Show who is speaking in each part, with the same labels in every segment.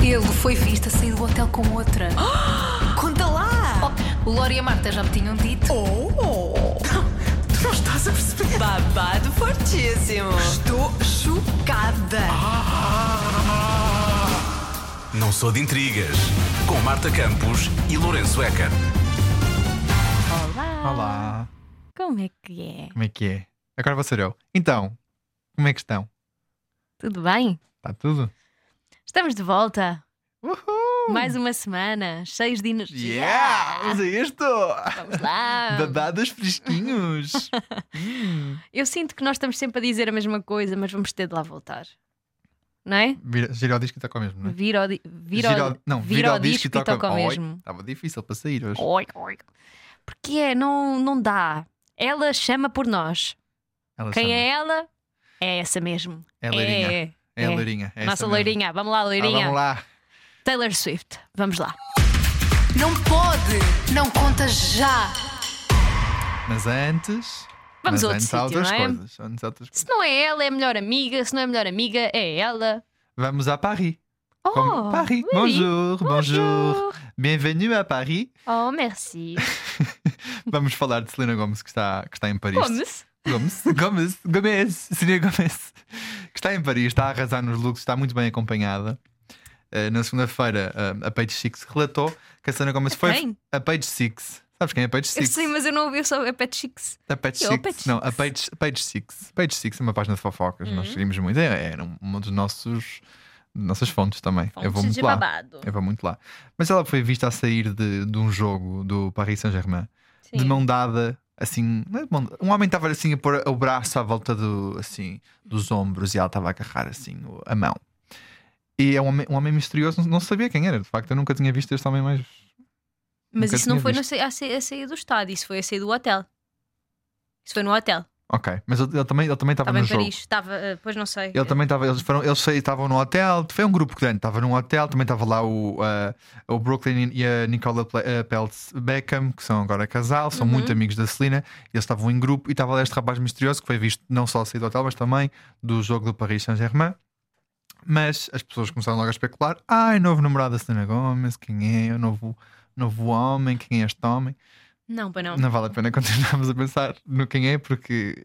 Speaker 1: Ele foi visto a sair do hotel com outra.
Speaker 2: Conta lá!
Speaker 1: Oh, o Lori e a Marta já me tinham dito.
Speaker 2: Oh!
Speaker 3: Tu não estás a perceber?
Speaker 2: Babado fortíssimo!
Speaker 3: Estou chocada.
Speaker 4: Não sou de intrigas. Com Marta Campos e Lourenço Eker.
Speaker 5: Olá!
Speaker 6: Olá,
Speaker 5: Como é que é?
Speaker 6: como é que é? Agora vou ser eu. Então, como é que estão?
Speaker 5: Tudo bem?
Speaker 6: Está tudo?
Speaker 5: Estamos de volta.
Speaker 6: Uhul!
Speaker 5: Mais uma semana, cheios de energia.
Speaker 6: Yeah! Vamos a isto!
Speaker 5: Vamos lá!
Speaker 6: Babados fresquinhos! Hum.
Speaker 5: Eu sinto que nós estamos sempre a dizer a mesma coisa, mas vamos ter de lá voltar. Não é?
Speaker 6: Vira- Gira o disco e toca o mesmo, não é?
Speaker 5: Vira o, di- vira
Speaker 6: Gira
Speaker 5: o,
Speaker 6: o- não,
Speaker 5: vira o disco e toca o
Speaker 6: Oi,
Speaker 5: mesmo.
Speaker 6: Estava difícil para sair hoje.
Speaker 5: Oi, oi. Porque é, não, não dá. Ela chama por nós.
Speaker 6: Ela
Speaker 5: Quem
Speaker 6: chama.
Speaker 5: é ela? É essa mesmo.
Speaker 6: É a loirinha.
Speaker 5: É,
Speaker 6: É a
Speaker 5: é.
Speaker 6: loirinha. é
Speaker 5: Nossa
Speaker 6: essa mesmo.
Speaker 5: loirinha. Vamos lá,
Speaker 6: Ah,
Speaker 5: loirinha.
Speaker 6: vamos lá.
Speaker 5: Taylor Swift. Vamos lá.
Speaker 1: Não pode! Não conta já!
Speaker 6: Mas antes.
Speaker 5: Vamos
Speaker 6: mas
Speaker 5: a outro
Speaker 6: antes
Speaker 5: sítio,
Speaker 6: há outras
Speaker 5: não é?
Speaker 6: coisas. Antes há outras...
Speaker 5: Se não é ela, é a melhor amiga. Se não é a melhor amiga, é ela.
Speaker 6: Vamos a Paris.
Speaker 5: Oh,
Speaker 6: Como- Paris.
Speaker 5: oui.
Speaker 6: Bonjour, bonjour.
Speaker 5: Bonjour.
Speaker 6: Bienvenue a Paris.
Speaker 5: Oh, merci.
Speaker 6: Vamos falar de Selena Gomes, que está, que está em Paris.
Speaker 5: Gomes.
Speaker 6: Gomes, Gomes, Gomes, Selena Gomes, que está em Paris, está a arrasar nos looks, está muito bem acompanhada. Eh, na segunda-feira, eh, a Page Six relatou que a Selena Gomes foi.
Speaker 5: Quem?
Speaker 6: A Page Six. Sabes quem é a Page
Speaker 5: Eu
Speaker 6: Six?
Speaker 5: sei, mas eu não ouvi, eu só é Pet Chicks.
Speaker 6: A Page
Speaker 5: Eu,
Speaker 6: Six.
Speaker 5: a Page
Speaker 6: Não, a Page, Page Six. Page Six é uma página de fofocas, nós
Speaker 5: Uhum.
Speaker 6: seguimos muito. É, era uma dos nossos. Nossas fontes também. eu vou muito lá.
Speaker 5: babado.
Speaker 6: Eu vou muito lá. Mas ela foi vista a sair de, de um jogo do Paris Saint-Germain de mão dada, assim, não é de mão dada. um homem estava assim a pôr o braço à volta do, assim, dos ombros e ela estava a agarrar assim o- a mão. E é um homem, um homem misterioso, não- não sabia quem era, de facto, eu nunca tinha visto este homem mais.
Speaker 5: Mas
Speaker 6: Nunca
Speaker 5: isso não
Speaker 6: tinha
Speaker 5: foi
Speaker 6: visto.
Speaker 5: na sa- a sa- a saída do estádio, isso foi a saída do hotel. Isso foi no hotel.
Speaker 6: Ok, mas ele, ele também ele também estava
Speaker 5: Estava
Speaker 6: no
Speaker 5: em
Speaker 6: jogo.
Speaker 5: Paris. Estava, eh, pois não sei.
Speaker 6: Ele também estava, eles foram, eles saí- estavam no hotel, foi um grupo grande, estava num hotel, também estava lá o, ah, o Brooklyn e a Nicola Ple- ah, Peltz Beckham, que são agora casal, são muito amigos da Celina, eles estavam em grupo e estava lá este rapaz misterioso que foi visto não só sair do hotel, mas também do jogo do Paris Saint-Germain. Mas as pessoas começaram logo a especular: ai, novo namorado da Selena Gomes, quem é? O novo, novo homem, quem é este homem?
Speaker 5: Não, pois não.
Speaker 6: Não vale a pena continuarmos a pensar no quem é, porque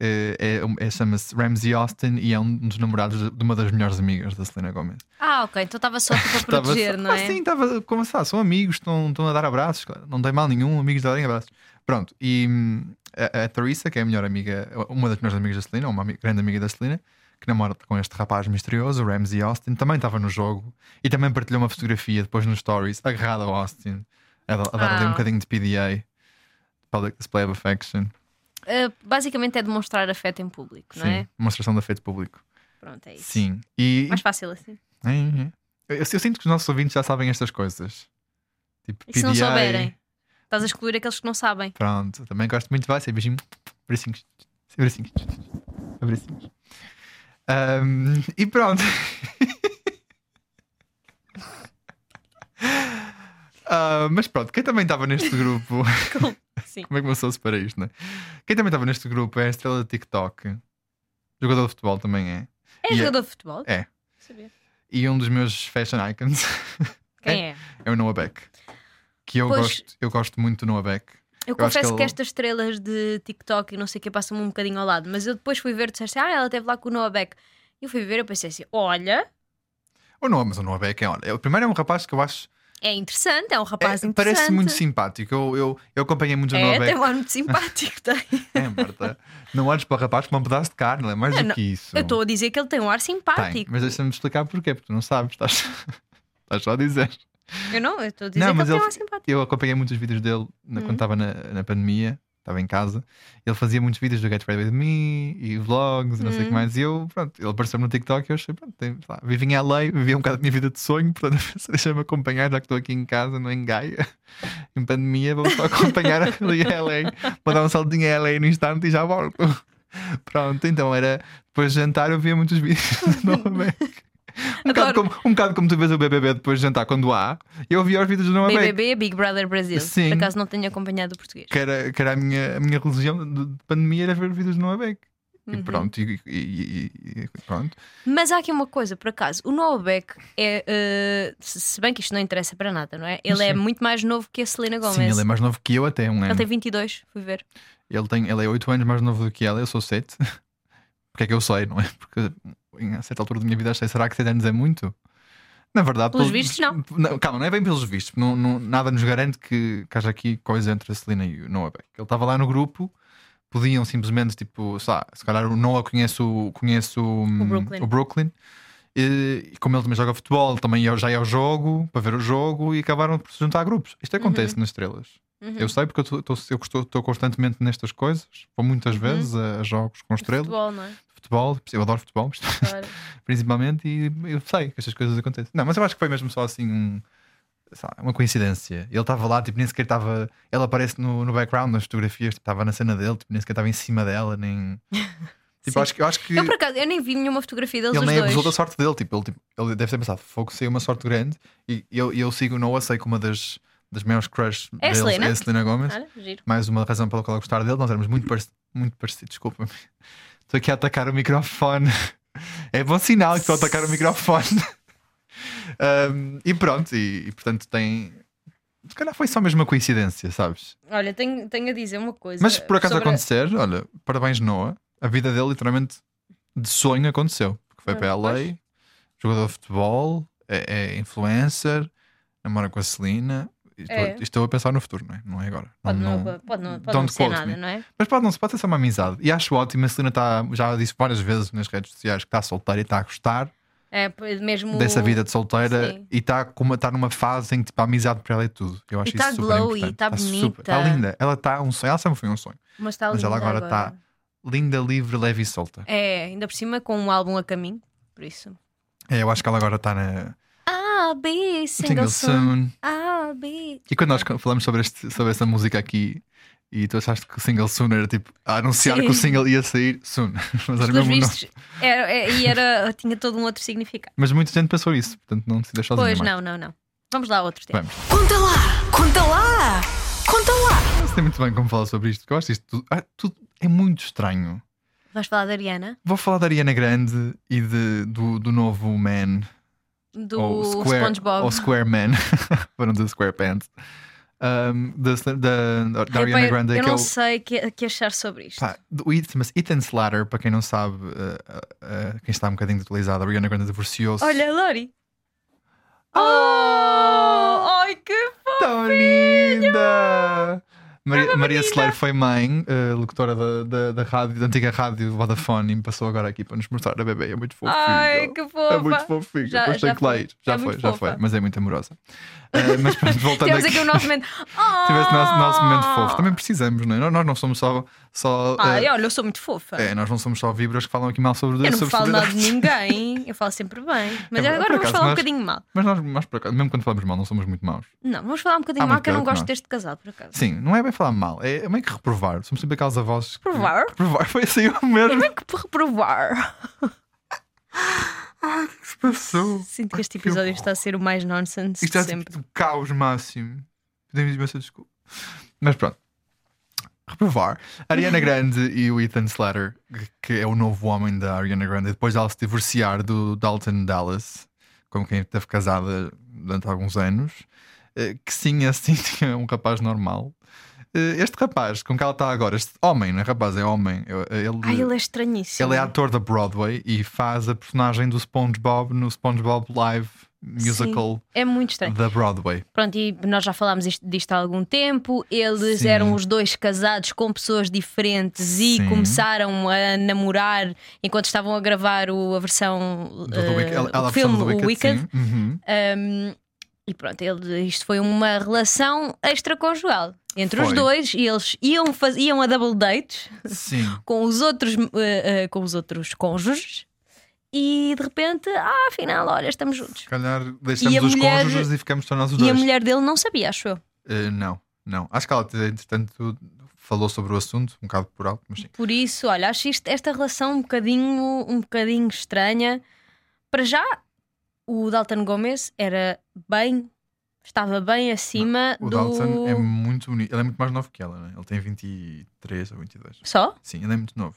Speaker 6: eh, é, um- é- chama-se Ramsey Austin e é um dos namorados de de uma das melhores amigas da Selena Gomez.
Speaker 5: Ah, ok. Então estava só tipo, a
Speaker 6: Tava só-
Speaker 5: proteger, não é?
Speaker 6: Ah, sim, estava como se fosse, são amigos, estão, estão a dar abraços, claro, não tem mal nenhum, amigos darem abraços. Pronto, e hum, a, a Teresa, que é a melhor amiga, uma das melhores amigas da Selena, uma ami- grande amiga da Selena, que namora com este rapaz misterioso, o Ramsey Austin, também estava no jogo e também partilhou uma fotografia depois nos stories, agarrada ao Austin, a, dar- a dar ali
Speaker 5: Ah.
Speaker 6: um bocadinho de PDA, Public Display of Affection.
Speaker 5: Eh, basicamente é demonstrar afeto em público, não
Speaker 6: Sim,
Speaker 5: é?
Speaker 6: demonstração de afeto público.
Speaker 5: Pronto, é isso.
Speaker 6: Sim. E
Speaker 5: Mais fácil assim.
Speaker 6: É, é. Eu, eu sinto que os nossos ouvintes já sabem estas coisas. Tipo,
Speaker 5: E se não
Speaker 6: PDA,
Speaker 5: souberem? Estás a excluir aqueles que não sabem.
Speaker 6: Pronto, também gosto muito de vocês. Beijinho. Abracinhos. Abracinhos. Abracinhos. Ahm, e pronto. Ah, mas pronto, quem também estava neste grupo.
Speaker 5: Sim.
Speaker 6: Como é que começou-se para isto, né? Quem também estava neste grupo é a estrela de TikTok. Jogador de futebol também é.
Speaker 5: É
Speaker 6: E é-
Speaker 5: jogador de futebol?
Speaker 6: É.
Speaker 5: Sabia.
Speaker 6: E um dos meus fashion icons
Speaker 5: Quem é?
Speaker 6: é o Noah Beck. Que eu
Speaker 5: Pois.
Speaker 6: gosto, eu gosto muito do Noah Beck.
Speaker 5: Eu
Speaker 6: Eu acho
Speaker 5: confesso
Speaker 6: que
Speaker 5: que,
Speaker 6: ele-
Speaker 5: estas estrelas de TikTok e não sei o que passam-me um bocadinho ao lado, mas eu depois fui ver, disseste, ah, ela esteve lá com o Noah Beck. E eu fui ver, eu pensei assim, olha,
Speaker 6: Ou não, mas o Noah Beck é, olha, o primeiro é um rapaz que eu acho.
Speaker 5: é interessante, é um
Speaker 6: é,
Speaker 5: rapaz interessante.
Speaker 6: parece muito simpático. Eu, eu, eu acompanhei muito o
Speaker 5: É,
Speaker 6: Noah
Speaker 5: tem
Speaker 6: Beck.
Speaker 5: um ar muito simpático, tem.
Speaker 6: É, Marta. Não olhes para o rapaz como um pedaço de carne, é mais
Speaker 5: Eu
Speaker 6: do
Speaker 5: não-
Speaker 6: que isso.
Speaker 5: Eu estou a dizer que ele tem um ar
Speaker 6: Tem,
Speaker 5: simpático.
Speaker 6: mas deixa-me explicar porquê, porque tu não sabes, estás, estás só a dizer.
Speaker 5: Eu não, eu estou a dizer
Speaker 6: Não,
Speaker 5: que
Speaker 6: mas
Speaker 5: ele tem
Speaker 6: ele-
Speaker 5: um ar simpático. Uhum.
Speaker 6: Eu acompanhei muitos vídeos dele na- quando estava na, na pandemia, estava em casa. Ele fazia muitos vídeos do Get Ready With Me e vlogs e não sei o
Speaker 5: Uhum.
Speaker 6: que mais. E eu, pronto, ele apareceu no TikTok e eu achei, pronto, tem, sei lá, vivi em LA, vivia um bocado a minha vida de sonho, portanto, deixa-me acompanhar, já que estou aqui em casa, não em Gaia, em pandemia, vou só acompanhar ali a LA, vou dar um saltinho a LA no instante e já volto. Pronto, então era depois de jantar, eu via muitos vídeos novamente. Um bocado,
Speaker 5: Adoro.
Speaker 6: como, um bocado como tu vês o BBB depois de jantar, quando há, eu via os vídeos do Noah Beck
Speaker 5: BBB, Big Brother Brasil.
Speaker 6: Sim.
Speaker 5: Por acaso não tenho acompanhado o português.
Speaker 6: que era, que era a, minha, a minha religião de de pandemia era ver vídeos de Noah Beck.
Speaker 5: Uhum.
Speaker 6: E pronto, e, e- e- e- pronto.
Speaker 5: Mas há aqui uma coisa, por acaso, o Noah Beck é, eh, se se bem que isto não interessa para nada, não é? Ele é
Speaker 6: Sim.
Speaker 5: muito mais novo que a Selena Gomez.
Speaker 6: Sim, ele é mais novo que eu até um ano.
Speaker 5: Ele tem 22, fui ver.
Speaker 6: Ele, tem, ele é 8 anos mais novo do que ela, eu sou 7. Porque é que eu sei, não é? Porque em a certa altura da minha vida achei, será que 7 anos é muito? Na verdade,
Speaker 5: Pelos vistos, não.
Speaker 6: Calma, não é bem pelos vistos. Não, não- nada nos garante que, que haja aqui coisa entre a Celina e o Noah Beck. Ele estava lá no grupo, podiam simplesmente, tipo, sei lá, se calhar o Noah conhece o, conhece o, hum,
Speaker 5: Brooklyn.
Speaker 6: o Brooklyn. E, e como ele também joga futebol, ele também ia- já ia ao jogo para ver o jogo e acabaram por se juntar a grupos. Isto
Speaker 5: Uhum.
Speaker 6: acontece nas estrelas.
Speaker 5: Hum.
Speaker 6: Eu sei porque eu tô- tô- eu estou constantemente nestas coisas, vou muitas vezes a, a jogos com estrelas, futebol.
Speaker 5: Uhum. Futebol, não é?
Speaker 6: eu adoro futebol, mas-
Speaker 5: Claro.
Speaker 6: principalmente, e eu sei que estas coisas acontecem. Não, mas eu acho que foi mesmo só assim um, sei lá, uma coincidência. Ele estava lá, tipo, nem sequer estava. Ele aparece no, no background nas fotografias, estava na cena dele, tipo, nem sequer estava em cima dela, nem. Tipo, acho que, eu acho que
Speaker 5: Eu, por acaso, eu nem vi nenhuma fotografia deles
Speaker 6: ele
Speaker 5: os
Speaker 6: nem
Speaker 5: dois.
Speaker 6: abusou da sorte dele, tipo, ele, tipo, ele deve ter pensado, fogo, saiu uma sorte grande, e eu, eu sigo o Noah, sei que uma das, das maiores crush
Speaker 5: É a
Speaker 6: deles
Speaker 5: Selena.
Speaker 6: é a Selena Gomez
Speaker 5: Olha, giro.
Speaker 6: mais uma razão pela qual eu gostar dele. Nós éramos muito, parec muito parecidos. Desculpa-me. Estou aqui a atacar o microfone. É bom sinal que estou a atacar o microfone. Um, e pronto, e, e, portanto tem. Se calhar foi só mesmo uma coincidência, sabes?
Speaker 5: Olha, tenho, tenho a dizer uma coisa.
Speaker 6: Mas se por acaso
Speaker 5: é, sobre a-
Speaker 6: acontecer, olha, parabéns, Noah. A vida dele literalmente de sonho aconteceu. Porque foi
Speaker 5: Ah,
Speaker 6: para a
Speaker 5: pois.
Speaker 6: LA, jogador de futebol, é, é influencer, namora com a Celina. E Estou,
Speaker 5: É.
Speaker 6: estou a pensar no futuro, não é? Não é agora.
Speaker 5: Pode não, pode não, pode não
Speaker 6: Don't
Speaker 5: ser
Speaker 6: quote
Speaker 5: nada,
Speaker 6: me.
Speaker 5: não é?
Speaker 6: Mas pode não se pode ter só uma amizade. E acho ótimo. A Celina tá, já disse várias vezes nas redes sociais que está solteira e está a gostar
Speaker 5: É pô, mesmo.
Speaker 6: dessa vida de solteira
Speaker 5: Sim.
Speaker 6: e está tá numa fase em que tipo, a amizade para ela é tudo. Eu acho
Speaker 5: E tá
Speaker 6: isso super
Speaker 5: glowy,
Speaker 6: importante.
Speaker 5: tá bonita.
Speaker 6: Está linda. Ela está um sonho. Ela sempre foi um sonho.
Speaker 5: Mas, está
Speaker 6: Mas ela
Speaker 5: linda
Speaker 6: agora tá. está linda, livre, leve e solta.
Speaker 5: É, ainda por cima com um álbum a caminho, por isso.
Speaker 6: É, eu acho que ela agora está na
Speaker 5: I'll be single
Speaker 6: Single
Speaker 5: soon.
Speaker 6: Soon.
Speaker 5: I'll be.
Speaker 6: E quando nós falamos sobre, este, sobre essa música aqui. E tu achaste que o single soon era tipo a anunciar
Speaker 5: Sim.
Speaker 6: que o single ia sair soon, mas
Speaker 5: Pelos
Speaker 6: era mesmo não.
Speaker 5: vistos, era- é- e era, tinha todo um outro significado.
Speaker 6: Mas muita gente pensou isso, portanto não te deixas
Speaker 5: Pois, não, não, não. Vamos lá, a outros tempos.
Speaker 6: Vamos.
Speaker 2: Conta lá, conta lá, conta lá.
Speaker 6: Não sei muito bem como falar sobre isto, porque eu acho isto tudo, ah, tudo é muito estranho.
Speaker 5: Vais falar da Ariana?
Speaker 6: Vou falar da Ariana Grande e de, do, do novo Man,
Speaker 5: Do
Speaker 6: ou Square,
Speaker 5: SpongeBob.
Speaker 6: ou Square Man, para não dizer SquarePants, um, da, da, da
Speaker 5: Eu,
Speaker 6: Ariana
Speaker 5: bem,
Speaker 6: Grande,
Speaker 5: eu
Speaker 6: que é
Speaker 5: não
Speaker 6: o,
Speaker 5: sei o que, que achar sobre isto.
Speaker 6: pá, do It, mas Ethan Slatter, para quem não sabe, uh, uh, uh, quem está um bocadinho atualizado, a Ariana Grande divorciou-se.
Speaker 5: Olha, Lori.
Speaker 6: Ah!
Speaker 5: Oh! Ai, que
Speaker 6: Tão linda!
Speaker 5: é
Speaker 6: Maria, Maria Celeiro foi mãe, eh, locutora da, da, da rádio, da antiga rádio Vodafone, e me passou agora aqui para nos mostrar a bebê. É muito fofinho.
Speaker 5: Ai, que fofa.
Speaker 6: É muito fofinho.
Speaker 5: Já-
Speaker 6: Depois
Speaker 5: já
Speaker 6: tem que
Speaker 5: foi.
Speaker 6: ler. Já
Speaker 5: É
Speaker 6: foi,
Speaker 5: muito
Speaker 6: já
Speaker 5: fofa.
Speaker 6: foi. Mas é muito amorosa. Eh, mas pronto, voltando
Speaker 5: Temos
Speaker 6: aqui.
Speaker 5: aqui o nosso momento. Oh!
Speaker 6: Tiveste o nosso, nosso momento fofo. Também precisamos, não é? Nós- Nós não somos só. só
Speaker 5: Ai,
Speaker 6: eh,
Speaker 5: olha, Ah, eu sou muito fofa.
Speaker 6: é, nós não somos só vibras que falam aqui mal sobre
Speaker 5: Eu não
Speaker 6: sobre
Speaker 5: falo mal de
Speaker 6: celebridades.
Speaker 5: ninguém, eu falo sempre bem. Mas
Speaker 6: É verdade,
Speaker 5: agora
Speaker 6: por
Speaker 5: vamos
Speaker 6: acaso
Speaker 5: falar um
Speaker 6: nós-
Speaker 5: bocadinho mal.
Speaker 6: Mas nós, nós, por acaso, mesmo quando falamos mal, não somos muito maus.
Speaker 5: Não, vamos falar um bocadinho
Speaker 6: Há
Speaker 5: mal
Speaker 6: muito
Speaker 5: que eu não
Speaker 6: pior
Speaker 5: gosto
Speaker 6: que nós.
Speaker 5: deste casal, por acaso.
Speaker 6: Sim, não é bem falar mal, é é meio que reprovar. Somos sempre aquelas avós. que-
Speaker 5: Reprovar? É
Speaker 6: Reprovar, foi assim eu mesmo.
Speaker 5: Tem que reprovar.
Speaker 6: Passou.
Speaker 5: Sinto que este
Speaker 6: Ai, que
Speaker 5: episódio
Speaker 6: horror.
Speaker 5: está a ser o mais nonsense
Speaker 6: Isto é
Speaker 5: de
Speaker 6: tipo
Speaker 5: sempre.
Speaker 6: do caos máximo. Pedimos imensa desculpa. Mas pronto. Reprovar. Ariana Grande e o Ethan Slater, que- que é o novo homem da Ariana Grande, depois de ela se divorciar do Dalton Dallas, com quem esteve casada durante alguns anos, eh, que sim, assim tinha um rapaz normal. Eh, Este rapaz com que ela está agora, este homem, não é rapaz, é homem. eu- Ele,
Speaker 5: Ai, ele é estranhíssimo.
Speaker 6: Ele é ator da Broadway e faz a personagem do SpongeBob no SpongeBob Live Musical
Speaker 5: É muito estranho.
Speaker 6: da Broadway.
Speaker 5: Pronto, e nós já falámos isto- disto há algum tempo. Eles
Speaker 6: Sim.
Speaker 5: eram os dois casados com pessoas diferentes e
Speaker 6: Sim.
Speaker 5: começaram a namorar enquanto estavam a gravar o, a versão
Speaker 6: Do The
Speaker 5: eh,
Speaker 6: Wicked.
Speaker 5: o
Speaker 6: Ela- ela
Speaker 5: filme
Speaker 6: versão do
Speaker 5: O Wicked.
Speaker 6: sim. Uhum.
Speaker 5: Um, e pronto, ele- isto foi uma relação extraconjugal entre os
Speaker 6: Foi.
Speaker 5: dois e eles iam, faz, iam a double dates
Speaker 6: Sim.
Speaker 5: com os outros eh, eh, com os outros cônjuges e de repente, ah, afinal, olha, estamos juntos.
Speaker 6: Se calhar deixamos
Speaker 5: E a
Speaker 6: os
Speaker 5: mulher-
Speaker 6: cônjuges e ficamos só nós os
Speaker 5: E
Speaker 6: dois.
Speaker 5: a mulher dele não sabia, acho eu.
Speaker 6: Eh, não, não. Acho que ela, entretanto, falou sobre o assunto, um bocado por alto, mas sim.
Speaker 5: Por isso, olha, acho isto, esta relação um bocadinho, um bocadinho estranha. Para já, o Dalton Gomes era bem, estava bem acima
Speaker 6: O
Speaker 5: do.
Speaker 6: Dalton é muito bonito. Ele é muito mais novo que ela, né? Ele tem 23 ou 22.
Speaker 5: Só?
Speaker 6: Sim, ele é muito novo.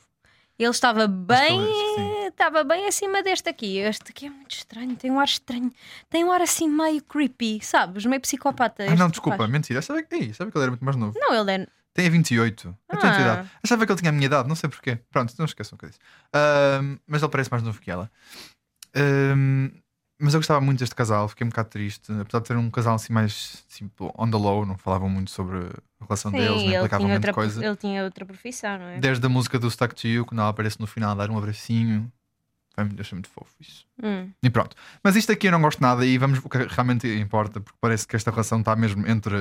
Speaker 5: Ele estava bem.
Speaker 6: é, sim.
Speaker 5: Estava bem acima deste aqui. Este aqui é muito estranho, tem um ar estranho. Tem um ar assim meio creepy, sabes? Meio psicopata.
Speaker 6: Ah,
Speaker 5: este
Speaker 6: não,
Speaker 5: rapaz.
Speaker 6: desculpa, mentira. Achava que, Ih, achava que ele era muito mais novo.
Speaker 5: Não, ele é.
Speaker 6: Tem 28. Eu tenho a tua
Speaker 5: Ah.
Speaker 6: idade. Achava que ele tinha a minha idade, não sei porquê. Pronto, não esqueçam o que eu disse. Ahm, mas ele parece mais novo que ela. Ahm, mas eu gostava muito deste casal, fiquei um bocado triste. Apesar de ser um casal assim mais assim, on the low, não falavam muito sobre a relação
Speaker 5: Sim,
Speaker 6: deles, nem
Speaker 5: ele,
Speaker 6: explicavam
Speaker 5: tinha
Speaker 6: muita
Speaker 5: outra,
Speaker 6: coisa.
Speaker 5: ele tinha outra profissão, não é?
Speaker 6: Desde a música do Stuck to You, quando ela aparece no final a dar um abracinho. Vai me deixar muito fofo isso.
Speaker 5: Hum.
Speaker 6: E pronto. Mas isto aqui eu não gosto nada e vamos o que realmente importa, porque parece que esta relação está mesmo entre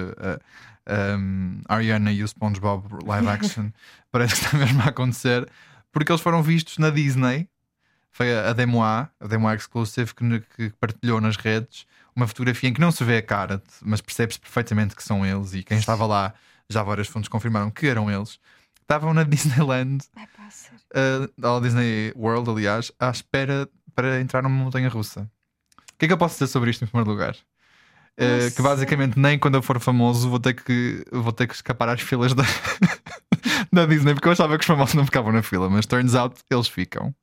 Speaker 6: a Ariana e o SpongeBob live action. parece que está mesmo a acontecer, porque eles foram vistos na Disney. Foi a a Demo A, a Demo A Exclusive, que, ne- que partilhou nas redes uma fotografia em que não se vê a cara, mas percebe-se perfeitamente que são eles. E quem estava lá, já várias fontes confirmaram que eram eles. Estavam na Disneyland
Speaker 5: Ai, pá, a sério.
Speaker 6: uh, ao Disney World, aliás, à espera para entrar numa montanha russa. O que é que eu posso dizer sobre isto em primeiro lugar? Uh, que basicamente nem quando eu for famoso vou ter que, vou ter que escapar às filas da, da Disney, porque eu achava que os famosos não ficavam na fila, mas turns out eles ficam.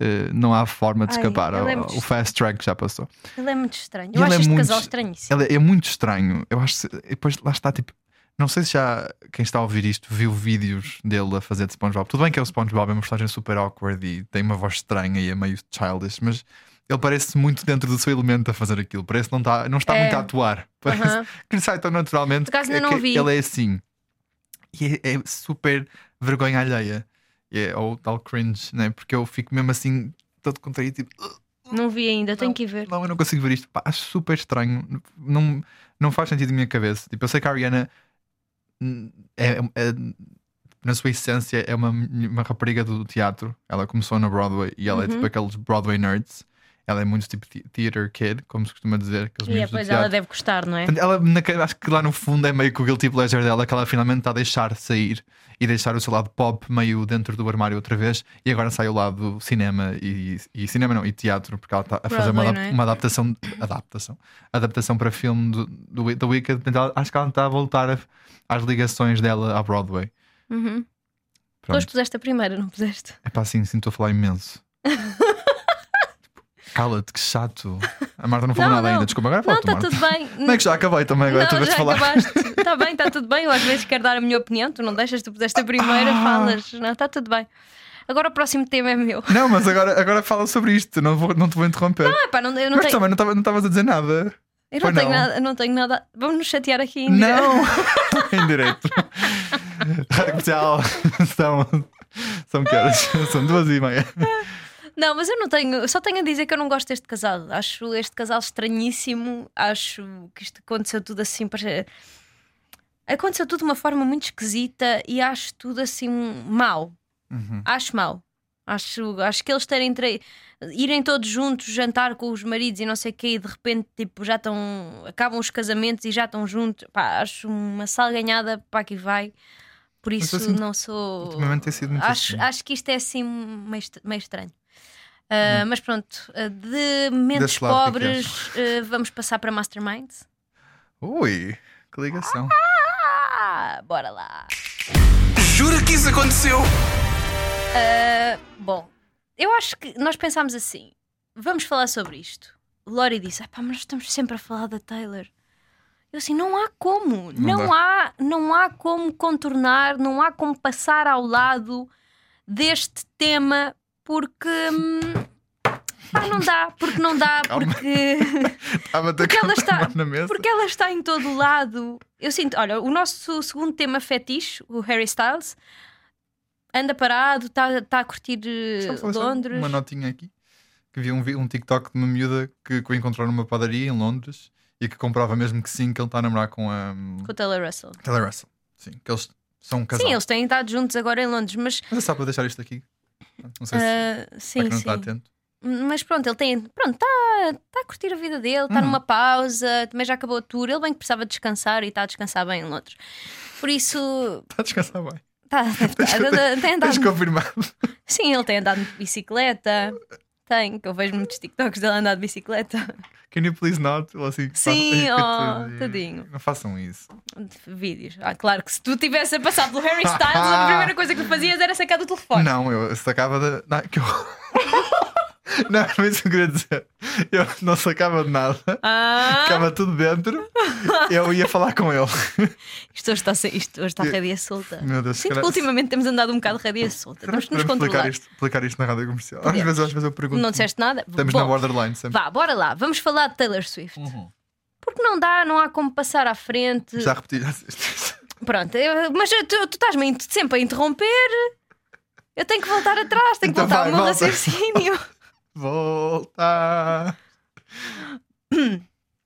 Speaker 6: Uh, não há forma de
Speaker 5: Ai,
Speaker 6: escapar.
Speaker 5: eu
Speaker 6: ao-
Speaker 5: lembro-te.
Speaker 6: o fast track já passou.
Speaker 5: Ele é muito estranho.
Speaker 6: E
Speaker 5: Eu
Speaker 6: ele
Speaker 5: acho
Speaker 6: é
Speaker 5: este
Speaker 6: muito-
Speaker 5: casal estranhíssimo.
Speaker 6: Ele é muito estranho. Eu acho. que- e Depois lá está tipo. Não sei se já quem está a ouvir isto viu vídeos dele a fazer de SpongeBob. Tudo bem que é o SpongeBob, é uma personagem super awkward e tem uma voz estranha e é meio childish, mas ele parece muito dentro do seu elemento a fazer aquilo. Parece que não está, não está
Speaker 5: É.
Speaker 6: muito a atuar. Parece
Speaker 5: Aham.
Speaker 6: que lhe sai tão naturalmente.
Speaker 5: Por acaso
Speaker 6: que-
Speaker 5: ainda não
Speaker 6: que
Speaker 5: vi.
Speaker 6: Ele é assim. E é, é super vergonha alheia. E é- ou tal cringe, né? Porque eu fico mesmo assim, todo contraído, tipo,
Speaker 5: Não vi ainda, tenho
Speaker 6: não,
Speaker 5: que ir ver.
Speaker 6: Não, eu não consigo ver isto. Pá, acho super estranho. Não, não faz sentido na minha cabeça. Tipo, eu sei que a Ariana hum, é, é- na sua essência é uma, uma rapariga do teatro. Ela começou na Broadway e ela
Speaker 5: Uhum.
Speaker 6: é tipo aqueles Broadway nerds. Ela é muito tipo the- theater kid, como se costuma dizer. aqueles
Speaker 5: E
Speaker 6: meninos do
Speaker 5: depois
Speaker 6: teatro.
Speaker 5: ela deve gostar, não é?
Speaker 6: Portanto, ela, na- acho que lá no fundo é meio que o guilty pleasure dela, que ela finalmente está a deixar sair e deixar o seu lado pop meio dentro do armário outra vez. E agora sai o lado cinema e, e cinema não, e teatro, porque ela está a fazer uma,
Speaker 5: Broadway,
Speaker 6: adap-
Speaker 5: não é?
Speaker 6: uma adaptação, adaptação, adaptação para filme do, do, Wi- da Wicked. Portanto, ela- acho que ela está a voltar a- às ligações dela à Broadway.
Speaker 5: Uhum. Tu hoje
Speaker 6: Pronto.
Speaker 5: puseste a primeira, não puseste?
Speaker 6: É pá, assim, sinto a falar imenso. Tipo, Cala-te, que chato. A Marta não falou
Speaker 5: Não,
Speaker 6: nada
Speaker 5: não.
Speaker 6: ainda, desculpa, agora
Speaker 5: Não,
Speaker 6: fala tu,
Speaker 5: está
Speaker 6: Marta.
Speaker 5: tudo bem.
Speaker 6: Ah, Como é que já acabei também agora? tu
Speaker 5: não,
Speaker 6: vês
Speaker 5: já
Speaker 6: falar.
Speaker 5: acabaste. Está bem, está tudo bem. Eu às vezes quero dar a minha opinião, tu não deixas, tu puseste a primeira,
Speaker 6: Ah.
Speaker 5: falas. Não, está tudo bem. Agora o próximo tema é meu.
Speaker 6: Não, mas agora, agora fala sobre isto, não, vou, não te vou interromper.
Speaker 5: Ah, pá, não, eu não
Speaker 6: mas
Speaker 5: tenho,
Speaker 6: também não estavas não estavas a dizer nada.
Speaker 5: eu não
Speaker 6: pois
Speaker 5: tenho
Speaker 6: não.
Speaker 5: nada. Não tenho nada. Vamos nos chatear aqui ainda.
Speaker 6: Não! em direito. Rádio comercial, são, são que horas? São duas e meia.
Speaker 5: Não, mas eu não tenho. eu Só tenho a dizer que eu não gosto deste casal. Acho este casal estranhíssimo. Acho que isto aconteceu tudo assim. para- Aconteceu tudo de uma forma muito esquisita e acho tudo assim mau.
Speaker 6: Uhum.
Speaker 5: Acho mau. Acho, acho que eles terem tra- irem todos juntos jantar com os maridos e não sei o quê, e de repente tipo, já estão. acabam os casamentos e já estão juntos. Pá, acho uma salganhada para aqui vai. Por
Speaker 6: Mas
Speaker 5: isso
Speaker 6: eu sinto-
Speaker 5: não sou.
Speaker 6: Ultimamente tem sido muito
Speaker 5: acho,
Speaker 6: assim.
Speaker 5: acho que isto é assim meio, est- meio estranho. Ah, Mas pronto, ah, de momentos
Speaker 6: Hum. Desse lado, o que é que
Speaker 5: pobres, ah, vamos passar para Mastermind.
Speaker 6: Ui, que ligação.
Speaker 5: Ah, bora lá.
Speaker 4: Jura que isso aconteceu?
Speaker 5: Ah, bom, eu acho que nós pensámos assim: vamos falar sobre isto. Lori disse: "Ah pá, mas nós estamos sempre a falar da Taylor. Eu assim, não há como,
Speaker 6: Não
Speaker 5: não, há, não há como contornar, não há como passar ao lado deste tema, porque hum, pá, não dá, porque não dá,
Speaker 6: Calma.
Speaker 5: porque.
Speaker 6: Estava até
Speaker 5: Porque
Speaker 6: com
Speaker 5: ela
Speaker 6: a
Speaker 5: está-
Speaker 6: mão na mesa.
Speaker 5: Porque ela está em todo o lado. Eu sinto, olha, o nosso segundo tema fetiche, o Harry Styles, anda parado, está tá a curtir eh,
Speaker 6: Só falar só
Speaker 5: Londres.
Speaker 6: Uma notinha aqui. Que vi um, vi- um TikTok de uma miúda que, que o encontrou numa padaria em Londres e que comprava mesmo que sim, que ele está a namorar com a um,
Speaker 5: Com o Taylor Russell.
Speaker 6: Taylor Russell. Sim, que eles são um casal.
Speaker 5: Sim, eles têm estado juntos agora em Londres, mas
Speaker 6: Mas é só para deixar isto aqui. Não sei se.
Speaker 5: ah,
Speaker 6: para
Speaker 5: sim,
Speaker 6: quem não
Speaker 5: sim.
Speaker 6: está atento.
Speaker 5: Mas pronto, ele tem. Pronto, está tá a curtir a vida dele, está
Speaker 6: Uhum.
Speaker 5: numa pausa, também já acabou a tour. Ele bem que precisava descansar e está a descansar bem em Londres. Por isso,
Speaker 6: Está a descansar bem.
Speaker 5: tá, deve tá- tem andado
Speaker 6: Estás confirmado.
Speaker 5: Sim, ele tem andado de bicicleta. Tem, que eu vejo muitos TikToks dela andar de bicicleta.
Speaker 6: Can you please not? Ele assim,
Speaker 5: Sim,
Speaker 6: faz-
Speaker 5: oh, tadinho.
Speaker 6: Não façam isso.
Speaker 5: Vídeos. Ah, claro que se tu tivesse a passar pelo Harry Styles, a primeira coisa que tu fazias era sacar do telefone.
Speaker 6: Não, eu sacava de. Não, é que eu... não, não é isso que eu queria dizer. Eu não sacava de nada.
Speaker 5: Ah,
Speaker 6: Ficava tudo dentro. Eu ia falar com ele.
Speaker 5: isto hoje está, sem- isto hoje está radia solta.
Speaker 6: Meu Deus,
Speaker 5: Sinto
Speaker 6: será-
Speaker 5: que ultimamente temos andado um bocado radia solta. Temos que nos
Speaker 6: Podemos
Speaker 5: controlar.
Speaker 6: explicar isto, explicar isto na rádio comercial. Às vezes, às vezes eu pergunto.
Speaker 5: Não disseste nada?
Speaker 6: Estamos
Speaker 5: Bom,
Speaker 6: na borderline sempre.
Speaker 5: Vá, bora lá. Vamos falar de Taylor Swift. Porque não dá, não há como passar à frente.
Speaker 6: Já repeti. já disseste.
Speaker 5: Pronto, eu- mas eu- tu, tu estás-me in- sempre a interromper. Eu tenho que voltar atrás, tenho que
Speaker 6: Então
Speaker 5: voltar
Speaker 6: vai,
Speaker 5: ao meu
Speaker 6: volta.
Speaker 5: raciocínio.
Speaker 6: Volta.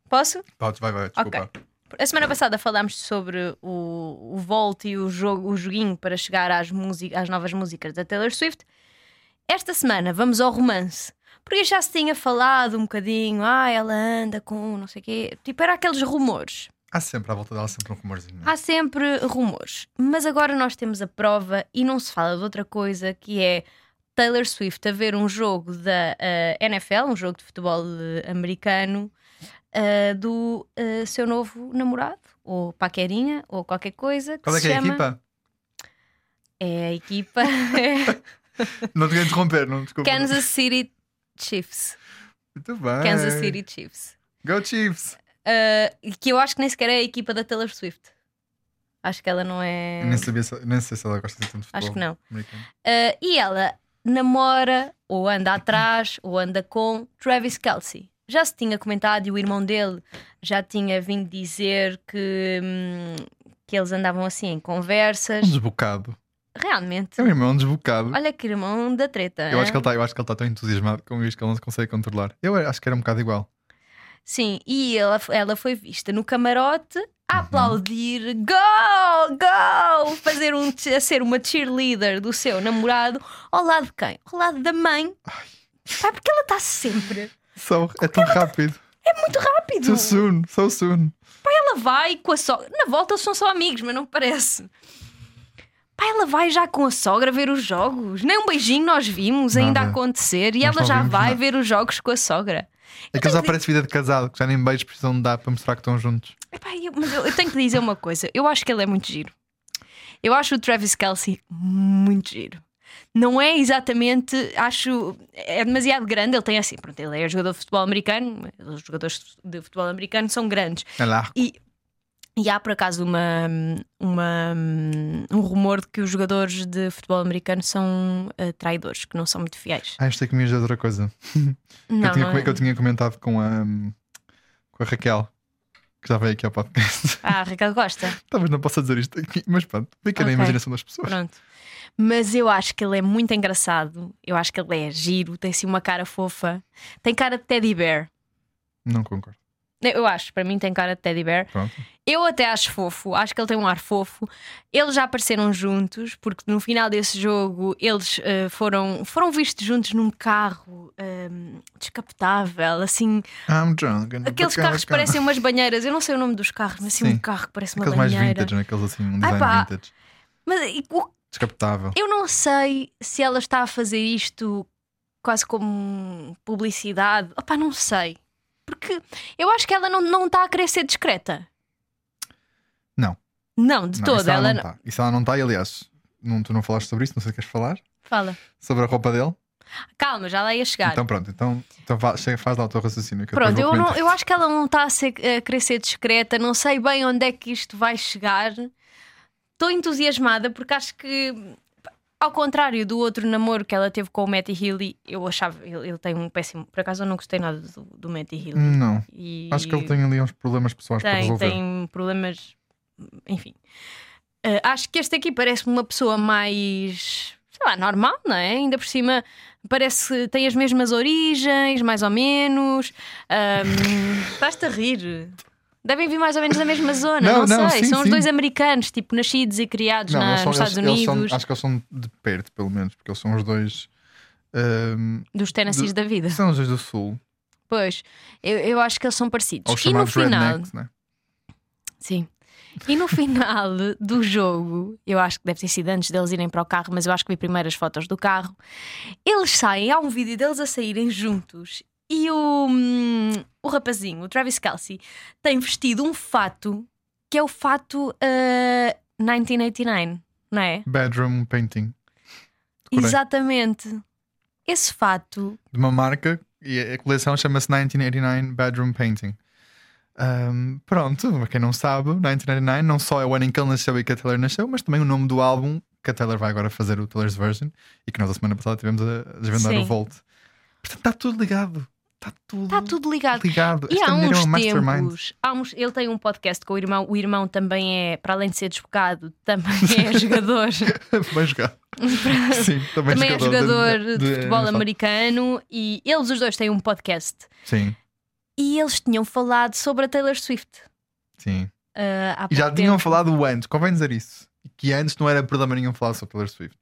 Speaker 5: Posso?
Speaker 6: Podes, vai, vai,
Speaker 5: Ok.
Speaker 6: desculpa.
Speaker 5: A semana passada falámos sobre o, o Volt e o, jogo, o joguinho para chegar às, músi- às novas músicas da Taylor Swift. Esta semana vamos ao romance. Porque já se tinha falado um bocadinho, ah, ela anda com não sei o quê. Tipo, era aqueles rumores.
Speaker 6: Há sempre à volta dela sempre um rumorzinho.
Speaker 5: Há sempre rumores, mas agora nós temos a prova e não se fala de outra coisa que é Taylor Swift a ver um jogo da eh, NFL, um jogo de futebol eh, americano, eh, do eh, seu novo namorado, ou paquerinha, ou qualquer coisa. Que
Speaker 6: Qual é
Speaker 5: se
Speaker 6: que é a
Speaker 5: chama...
Speaker 6: equipa?
Speaker 5: É a equipa
Speaker 6: Não te quero interromper, não desculpa.
Speaker 5: Kansas City Chiefs.
Speaker 6: Muito bem.
Speaker 5: Kansas City Chiefs.
Speaker 6: Go Chiefs!
Speaker 5: Eh, que eu acho que nem sequer é a equipa da Taylor Swift. Acho que ela não é.
Speaker 6: Eu Nem, sabia se- nem sei se ela gosta de tanto de futebol.
Speaker 5: Acho que não.
Speaker 6: Americano.
Speaker 5: Uh, e ela namora, ou anda atrás, ou anda com Travis Kelsey. Já se tinha comentado e o irmão dele já tinha vindo dizer que, hum, que eles andavam assim em
Speaker 6: Um
Speaker 5: conversas.
Speaker 6: desbocado.
Speaker 5: Realmente.
Speaker 6: É o irmão desbocado.
Speaker 5: Olha que é. irmão da treta.
Speaker 6: Eu acho
Speaker 5: hã?
Speaker 6: que ele está tá tão entusiasmado com isto que ele não se consegue controlar. Eu acho que era um bocado igual.
Speaker 5: Sim, e ela, ela foi vista no camarote
Speaker 6: Uhum.
Speaker 5: a aplaudir, go, go, fazer um, a ser uma cheerleader do seu namorado, ao lado de quem? Ao lado da mãe. Pá, porque ela está sempre
Speaker 6: Só, é tão rápido.
Speaker 5: muito rápido.
Speaker 6: So soon, so soon. É
Speaker 5: ela vai com a sogra. Na volta eles são só amigos, mas não parece. Pá, ela vai já com a sogra ver os jogos. Nem um beijinho nós vimos ainda
Speaker 6: Nada.
Speaker 5: acontecer. E
Speaker 6: Nós
Speaker 5: ela
Speaker 6: não
Speaker 5: já
Speaker 6: vimos
Speaker 5: vai
Speaker 6: nada.
Speaker 5: ver os jogos com a sogra. Então,
Speaker 6: Aquilo já parece vida de casado, que já nem beijos precisam de dar para mostrar que estão juntos.
Speaker 5: Epá, eu, mas eu, eu tenho que dizer uma coisa. Eu acho que ele é muito giro. Eu acho o Travis Kelsey muito giro. Não é exatamente, acho, é demasiado grande. Ele tem assim, pronto, ele é jogador de futebol americano. Os jogadores de futebol americano são grandes.
Speaker 6: Olha lá.
Speaker 5: E, e há por acaso uma, uma- um rumor de que os jogadores de futebol americano são eh, traidores, que não são muito fiéis.
Speaker 6: Ah, isto é que me ia dizer outra coisa. que eu
Speaker 5: não,
Speaker 6: tinha,
Speaker 5: não
Speaker 6: como é
Speaker 5: é.
Speaker 6: que eu tinha comentado com a, hum, com a Raquel, que já veio aqui ao podcast.
Speaker 5: Ah, Raquel gosta.
Speaker 6: Talvez não possa dizer isto aqui, mas pronto, fica na
Speaker 5: Ok.
Speaker 6: imaginação das pessoas.
Speaker 5: Pronto. Mas eu acho que ele é muito engraçado. Eu acho que ele é giro, tem assim uma cara fofa. Tem cara de teddy bear.
Speaker 6: Não concordo.
Speaker 5: Eu acho, para mim tem cara de teddy bear.
Speaker 6: Pronto.
Speaker 5: Eu até acho fofo, acho que ele tem um ar fofo. Eles já apareceram juntos, porque no final desse jogo eles eh, foram, foram vistos juntos num carro ehm, descapotável, assim.
Speaker 6: I'm drunk. and
Speaker 5: Aqueles
Speaker 6: bacana,
Speaker 5: carros que
Speaker 6: bacana.
Speaker 5: parecem umas banheiras, eu não sei o nome dos carros, mas assim um
Speaker 6: Sim.
Speaker 5: carro que parece uma
Speaker 6: Aqueles mais
Speaker 5: banheira.
Speaker 6: vintage, né? aqueles assim, um
Speaker 5: Ah,
Speaker 6: design
Speaker 5: pá.
Speaker 6: vintage.
Speaker 5: Mas e, o-
Speaker 6: Descapotável.
Speaker 5: eu não sei se ela está a fazer isto quase como publicidade. Opá, não sei. Porque eu acho que ela não, não está a querer ser discreta.
Speaker 6: Não.
Speaker 5: Não, de
Speaker 6: Não,
Speaker 5: toda.
Speaker 6: isso ela,
Speaker 5: Ela,
Speaker 6: não tá.
Speaker 5: não...
Speaker 6: está. Isso ela não está, e aliás, não, tu não falaste sobre isso, não sei se queres falar.
Speaker 5: Fala.
Speaker 6: Sobre a roupa dele.
Speaker 5: Calma, já lá ia chegar.
Speaker 6: Então pronto, então, então vá, chega, faz lá o teu raciocínio. Que eu um
Speaker 5: Pronto,
Speaker 6: depois
Speaker 5: eu,
Speaker 6: vou
Speaker 5: não-
Speaker 6: comentar.
Speaker 5: eu acho que ela não está a, ser- a querer ser discreta, não sei bem onde é que isto vai chegar. Estou entusiasmada porque acho que, ao contrário do outro namoro que ela teve com o Matty Healy, eu achava. Ele, ele tem um péssimo. Por acaso eu não gostei nada do, do Matty Healy.
Speaker 6: Não,
Speaker 5: E
Speaker 6: acho que ele tem ali uns problemas pessoais para
Speaker 5: tem,
Speaker 6: resolver.
Speaker 5: tem problemas. Enfim. Eh, acho que este aqui parece-me uma pessoa mais. sei lá, normal, não é? Ainda por cima parece. tem as mesmas origens, mais ou menos. Ahm, Estás-te a rir. Devem vir mais ou menos da mesma zona, não,
Speaker 6: Não, não,
Speaker 5: sei.
Speaker 6: sim,
Speaker 5: São os
Speaker 6: sim.
Speaker 5: dois americanos, tipo, nascidos e criados na-
Speaker 6: eles são-
Speaker 5: nos Estados
Speaker 6: eles- eles são-
Speaker 5: Unidos,
Speaker 6: acho que eles são de perto, pelo menos, porque eles são os dois. ahm,
Speaker 5: dos Tennessees
Speaker 6: do-
Speaker 5: da vida.
Speaker 6: são os dois do Sul,
Speaker 5: Pois, eu, eu acho que eles são
Speaker 6: ou
Speaker 5: parecidos. E no
Speaker 6: chamados
Speaker 5: final.
Speaker 6: rednecks, né?
Speaker 5: Sim.
Speaker 2: E no final do jogo, eu acho que deve ter sido antes deles irem para o carro, mas eu acho que vi primeiro as fotos do carro.
Speaker 5: Eles saem, há um vídeo deles a saírem juntos e o, hum, o rapazinho, o Travis Kelsey, tem vestido um fato que é o fato ah, 1989, não é?
Speaker 6: Bedroom painting. Decorei.
Speaker 5: Exatamente. Esse fato
Speaker 6: de uma marca e a coleção chama-se 1989 Bedroom Painting. Ahm, pronto, para quem não sabe, 1989 não só é o ano em que ele nasceu e que a Taylor nasceu, mas também o nome do álbum que a Taylor vai agora fazer o Taylor's Version e que nós a semana passada tivemos a desvendar
Speaker 5: Sim.
Speaker 6: o Volt. Portanto, está tudo ligado. Está tudo,
Speaker 5: está tudo ligado.
Speaker 6: ligado.
Speaker 5: E
Speaker 6: Esta
Speaker 5: há
Speaker 6: mulher é
Speaker 5: uns
Speaker 6: um mastermind.
Speaker 5: tempos, há uns- ele tem um podcast com o irmão. O irmão também é, para além de ser desbocado, também é jogador,
Speaker 6: Bem jogado. Sim, também,
Speaker 5: também é jogador de, futebol
Speaker 6: NFL.
Speaker 5: americano. E eles, os dois, têm um podcast.
Speaker 6: Sim,
Speaker 5: E eles tinham falado sobre a Taylor Swift.
Speaker 6: sim.
Speaker 5: ah, há
Speaker 6: E já
Speaker 5: pouco
Speaker 6: tinham
Speaker 5: tempo.
Speaker 6: falado antes, convém dizer isso. Que antes não era problema nenhum falar sobre Taylor Swift.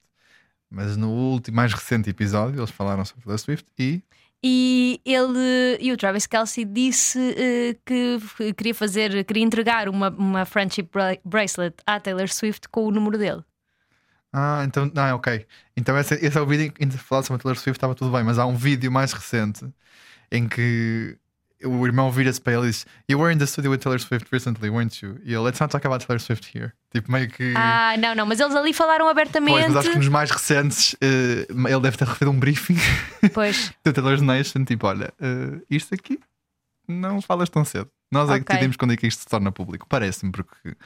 Speaker 6: Mas no último, mais recente episódio, eles falaram sobre Taylor Swift e
Speaker 5: E ele e o Travis Kelsey disse eh, que f- queria fazer, queria entregar uma, uma friendship bra- bracelet à Taylor Swift com o número dele.
Speaker 6: Ah, então, não, é ok. Então esse, esse é o vídeo em que falar sobre a Taylor Swift estava tudo bem, mas há um vídeo mais recente em que o irmão vira-se para ele e diz: You were in the studio with Taylor Swift recently, weren't you? E ele, Let's not talk about Taylor Swift here. Tipo, meio que.
Speaker 5: Ah, não, não, mas eles ali falaram
Speaker 6: Pois,
Speaker 5: abertamente.
Speaker 6: mas acho que nos mais recentes eh, ele deve ter recebido um briefing
Speaker 5: Pois.
Speaker 6: da Taylor's Nation, tipo, olha, eh, isto aqui não falas tão cedo. Nós é que
Speaker 5: Ok.
Speaker 6: decidimos quando é que isto se torna público. Parece-me, porque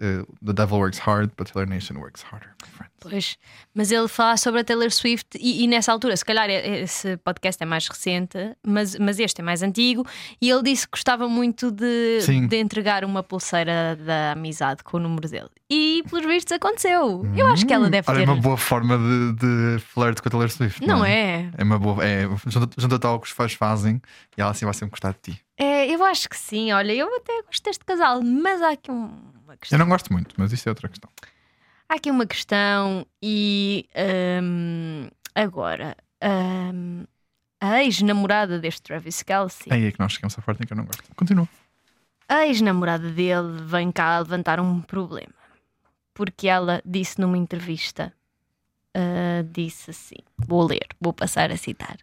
Speaker 6: eh, The Devil works hard, but Taylor Nation works harder, my friend.
Speaker 5: Pois, mas ele fala sobre a Taylor Swift e, e nessa altura, se calhar e- esse podcast é mais recente, mas, mas este é mais antigo, e ele disse que gostava muito de,
Speaker 6: Sim.
Speaker 5: de entregar uma pulseira da amizade com o número dele. E pelos vistos aconteceu. Eu acho que ela deve
Speaker 6: Olha, é
Speaker 5: ter.
Speaker 6: uma boa forma de, de flirt com a Taylor Swift.
Speaker 5: Não é?
Speaker 6: É uma boa. É, junta- junta-te ao que os fãs fazem e ela assim vai sempre gostar de ti.
Speaker 5: É, eu acho que sim, olha, eu até gosto deste casal, mas há aqui um- uma questão.
Speaker 6: Eu não gosto muito, mas isso é outra questão.
Speaker 5: Há aqui uma questão e hum, agora hum, a ex-namorada deste Travis Kelsey.
Speaker 6: Aí é que nós chegamos à parte em que eu não gosto. Continua.
Speaker 5: A ex-namorada dele vem cá levantar um problema. Porque ela disse numa entrevista: ah, disse assim, vou ler, vou passar a citar.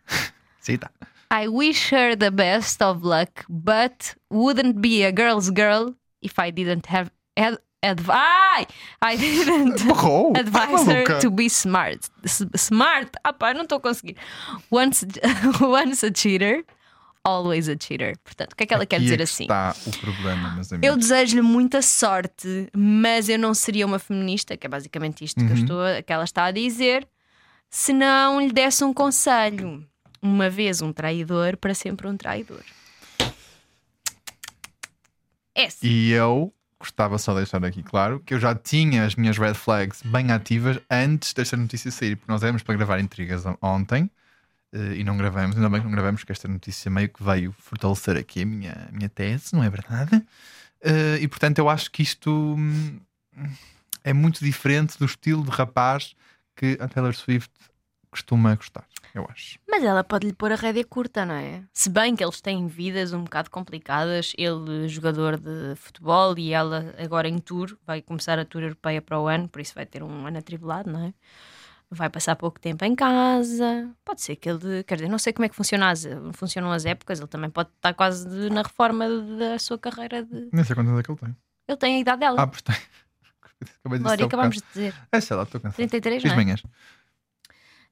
Speaker 6: Sim, tá.
Speaker 5: I wish her the best of luck, but wouldn't be a girl's girl if I didn't have. Ad, adv- Ai! I didn't
Speaker 6: Borrou! Tá
Speaker 5: advise
Speaker 6: maluca?
Speaker 5: her to be smart. S- smart! Ah, pá, não estou a conseguir. Once, once a cheater, always a cheater. Portanto, o que é que ela quer
Speaker 6: Aqui é
Speaker 5: dizer
Speaker 6: que
Speaker 5: assim?
Speaker 6: Está o problema, meus amigos.
Speaker 5: Eu desejo-lhe muita sorte, mas eu não seria uma feminista, que é basicamente isto que, eu
Speaker 6: Uhum.
Speaker 5: estou, a- que ela está a dizer, se não lhe desse um conselho. Uma vez um traidor, para sempre um traidor. É assim.
Speaker 6: E eu gostava só de deixar aqui claro que eu já tinha as minhas red flags bem ativas antes desta notícia sair, porque nós éramos para gravar intrigas on- ontem eh, e não gravamos, ainda bem que não gravamos, porque esta notícia meio que veio fortalecer aqui a minha, a minha tese, não é verdade? Eh, e portanto eu acho que isto hum, é muito diferente do estilo de rapaz que a Taylor Swift costuma gostar, eu acho.
Speaker 5: Mas ela pode-lhe pôr a rédea curta, não é? Se bem que eles têm vidas um bocado complicadas, ele jogador de futebol e ela agora em tour, vai começar a tour europeia para o ano, por isso vai ter um ano atribulado, não é? Vai passar pouco tempo em casa. Pode ser que ele, quer dizer, não sei como é que funciona as- funcionam as épocas, ele também pode estar quase de- na reforma da sua carreira de.
Speaker 6: Nem sei quantos anos é que ele tem.
Speaker 5: Ele tem a idade dela.
Speaker 6: Ah, pois tem. Acabei de dizer.
Speaker 5: Lori, acabamos de dizer.
Speaker 6: É, sei lá, estou cansado.
Speaker 5: 33,
Speaker 6: Fiz
Speaker 5: não é?
Speaker 6: manhãs.